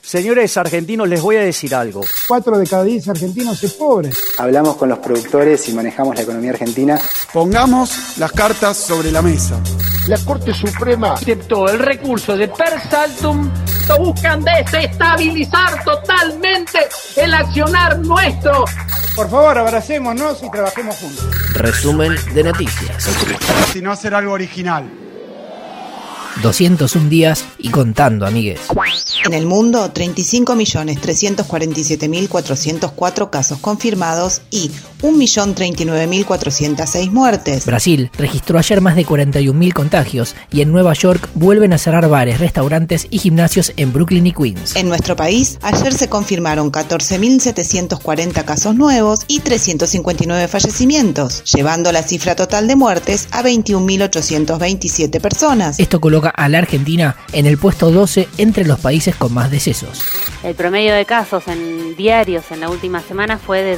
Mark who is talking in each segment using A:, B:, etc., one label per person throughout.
A: Señores argentinos, les voy a decir algo.
B: Cuatro de cada diez argentinos es pobre.
C: Hablamos con los productores y manejamos la economía argentina.
D: Pongamos las cartas sobre la mesa.
E: La Corte Suprema
F: aceptó el recurso de Persaltum. Buscan desestabilizar totalmente el accionar nuestro.
B: Por favor, abracémonos y trabajemos juntos.
G: Resumen de noticias.
D: Si no hacer algo original.
G: 201 días y contando, amigues.
H: En el mundo, 35.347.404 casos confirmados y 1.039.406 muertes.
G: Brasil registró ayer más de 41.000 contagios y en Nueva York vuelven a cerrar bares, restaurantes y gimnasios en Brooklyn y Queens.
H: En nuestro país, ayer se confirmaron 14.740 casos nuevos y 359 fallecimientos, llevando la cifra total de muertes a 21.827 personas.
G: Esto coloca a la Argentina en el puesto 12 entre los países con más decesos.
I: El promedio de casos en diarios en la última semana fue de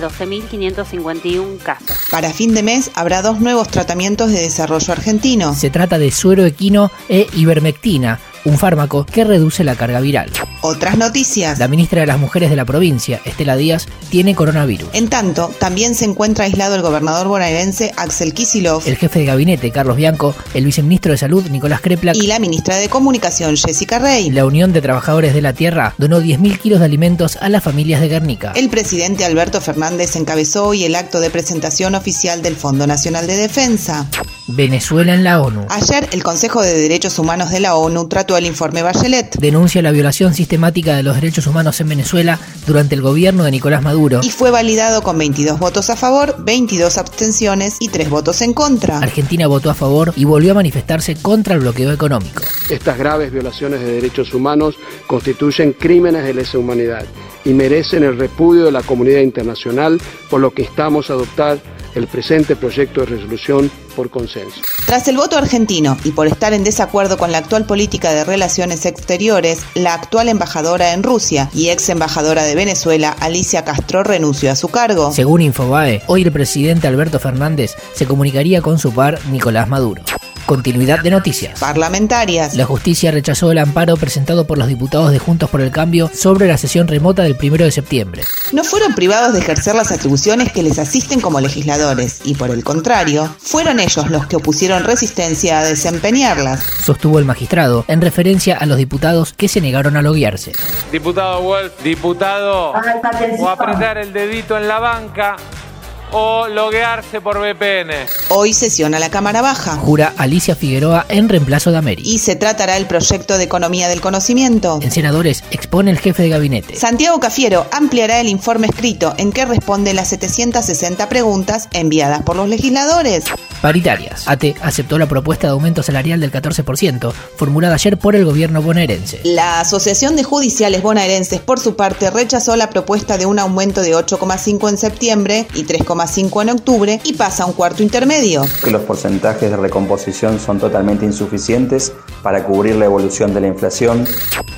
I: 12.551 casos.
H: Para fin de mes habrá dos nuevos tratamientos de desarrollo argentino.
G: Se trata de suero equino e ivermectina, un fármaco que reduce la carga viral.
H: Otras noticias.
G: La ministra de las Mujeres de la provincia, Estela Díaz, tiene coronavirus.
H: En tanto, también se encuentra aislado el gobernador bonaerense Axel Kisilov,
G: el jefe de gabinete Carlos Bianco, el viceministro de Salud Nicolás Kreplak
H: y la ministra de Comunicación Jessica Rey.
G: La Unión de Trabajadores de la Tierra donó 10.000 kilos de alimentos a las familias de Guernica.
H: El presidente Alberto Fernández encabezó hoy el acto de presentación oficial del Fondo Nacional de Defensa.
G: Venezuela en la ONU.
H: Ayer, el Consejo de Derechos Humanos de la ONU trató el informe Bachelet.
G: Denuncia la violación sistemática de los derechos humanos en Venezuela durante el gobierno de Nicolás Maduro.
H: Y fue validado con 22 votos a favor, 22 abstenciones y 3 votos en contra.
G: Argentina votó a favor y volvió a manifestarse contra el bloqueo económico.
J: Estas graves violaciones de derechos humanos constituyen crímenes de lesa humanidad y merecen el repudio de la comunidad internacional, por lo que estamos a adoptar el presente proyecto de resolución por consenso.
H: Tras el voto argentino y por estar en desacuerdo con la actual política de relaciones exteriores, la actual embajadora en Rusia y ex embajadora de Venezuela, Alicia Castro, renunció a su cargo.
G: Según Infobae, hoy el presidente Alberto Fernández se comunicaría con su par Nicolás Maduro. Continuidad de noticias.
H: Parlamentarias.
G: La justicia rechazó el amparo presentado por los diputados de Juntos por el Cambio sobre la sesión remota del primero de septiembre.
H: No fueron privados de ejercer las atribuciones que les asisten como legisladores y, por el contrario, fueron ellos los que opusieron resistencia a desempeñarlas.
G: Sostuvo el magistrado en referencia a los diputados que se negaron a loguearse.
K: Diputado Wolf, diputado, o apretar el dedito en la banca o loguearse por VPN.
H: Hoy sesiona la Cámara Baja.
G: Jura Alicia Figueroa en reemplazo de América.
H: Y se tratará el proyecto de economía del conocimiento.
G: En senadores expone el jefe de gabinete.
H: Santiago Cafiero ampliará el informe escrito en que responde las 760 preguntas enviadas por los legisladores.
G: Paritarias. ATE aceptó la propuesta de aumento salarial del 14% formulada ayer por el gobierno bonaerense.
H: La Asociación de Judiciales Bonaerenses, por su parte, rechazó la propuesta de un aumento de 8,5 en septiembre y 3,5 5 en octubre y pasa a un cuarto intermedio.
C: Que los porcentajes de recomposición son totalmente insuficientes para cubrir la evolución de la inflación.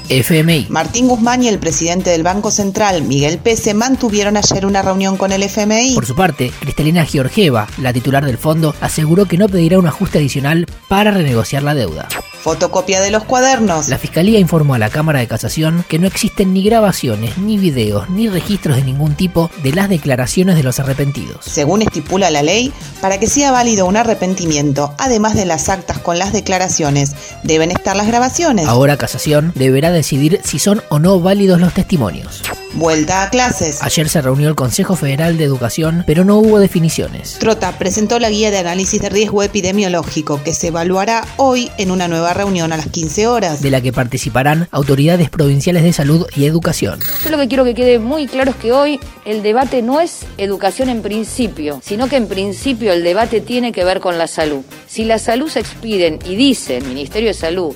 G: FMI.
H: Martín Guzmán y el presidente del Banco Central, Miguel Pese, mantuvieron ayer una reunión con el FMI.
G: Por su parte, Cristalina Georgieva, la titular del fondo, aseguró que no pedirá un ajuste adicional para renegociar la deuda.
H: Fotocopia de los cuadernos.
G: La Fiscalía informó a la Cámara de Casación que no existen ni grabaciones, ni videos, ni registros de ningún tipo de las declaraciones de los arrepentidos.
H: Según estipula la ley, para que sea válido un arrepentimiento, además de las actas con las declaraciones, deben estar las grabaciones.
G: Ahora Casación deberá decidir si son o no válidos los testimonios.
H: Vuelta a clases.
G: Ayer se reunió el Consejo Federal de Educación, pero no hubo definiciones.
H: Trota presentó la guía de análisis de riesgo epidemiológico que se evaluará hoy en una nueva reunión a las 15 horas.
G: De la que participarán autoridades provinciales de salud y educación.
L: Yo lo que quiero que quede muy claro es que hoy el debate no es educación en principio, sino que en principio el debate tiene que ver con la salud. Si la salud se expiden y dice el Ministerio de Salud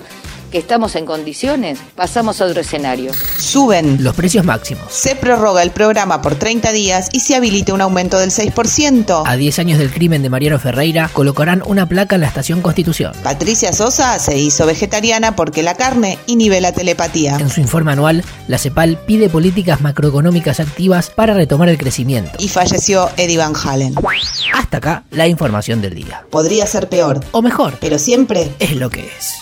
L: que estamos en condiciones, pasamos a otro escenario.
H: Suben
G: los precios máximos.
H: Se prorroga el programa por 30 días y se habilita un aumento del 6%.
G: A 10 años del crimen de Mariano Ferreira, colocarán una placa en la estación Constitución.
H: Patricia Sosa se hizo vegetariana porque la carne inhibe la telepatía.
G: En su informe anual, la CEPAL pide políticas macroeconómicas activas para retomar el crecimiento.
H: Y falleció Eddie Van Halen.
G: Hasta acá la información del día.
H: Podría ser peor.
G: O mejor.
H: Pero siempre
G: es lo que es.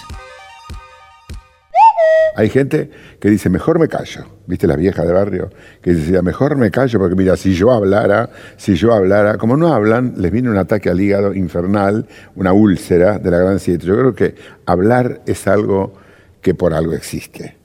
M: Hay gente que dice, mejor me callo. ¿Viste las viejas de barrio? Que decía, mejor me callo porque mira, si yo hablara, si yo hablara, como no hablan, les viene un ataque al hígado infernal, una úlcera de la gran siete. Yo creo que hablar es algo que por algo existe.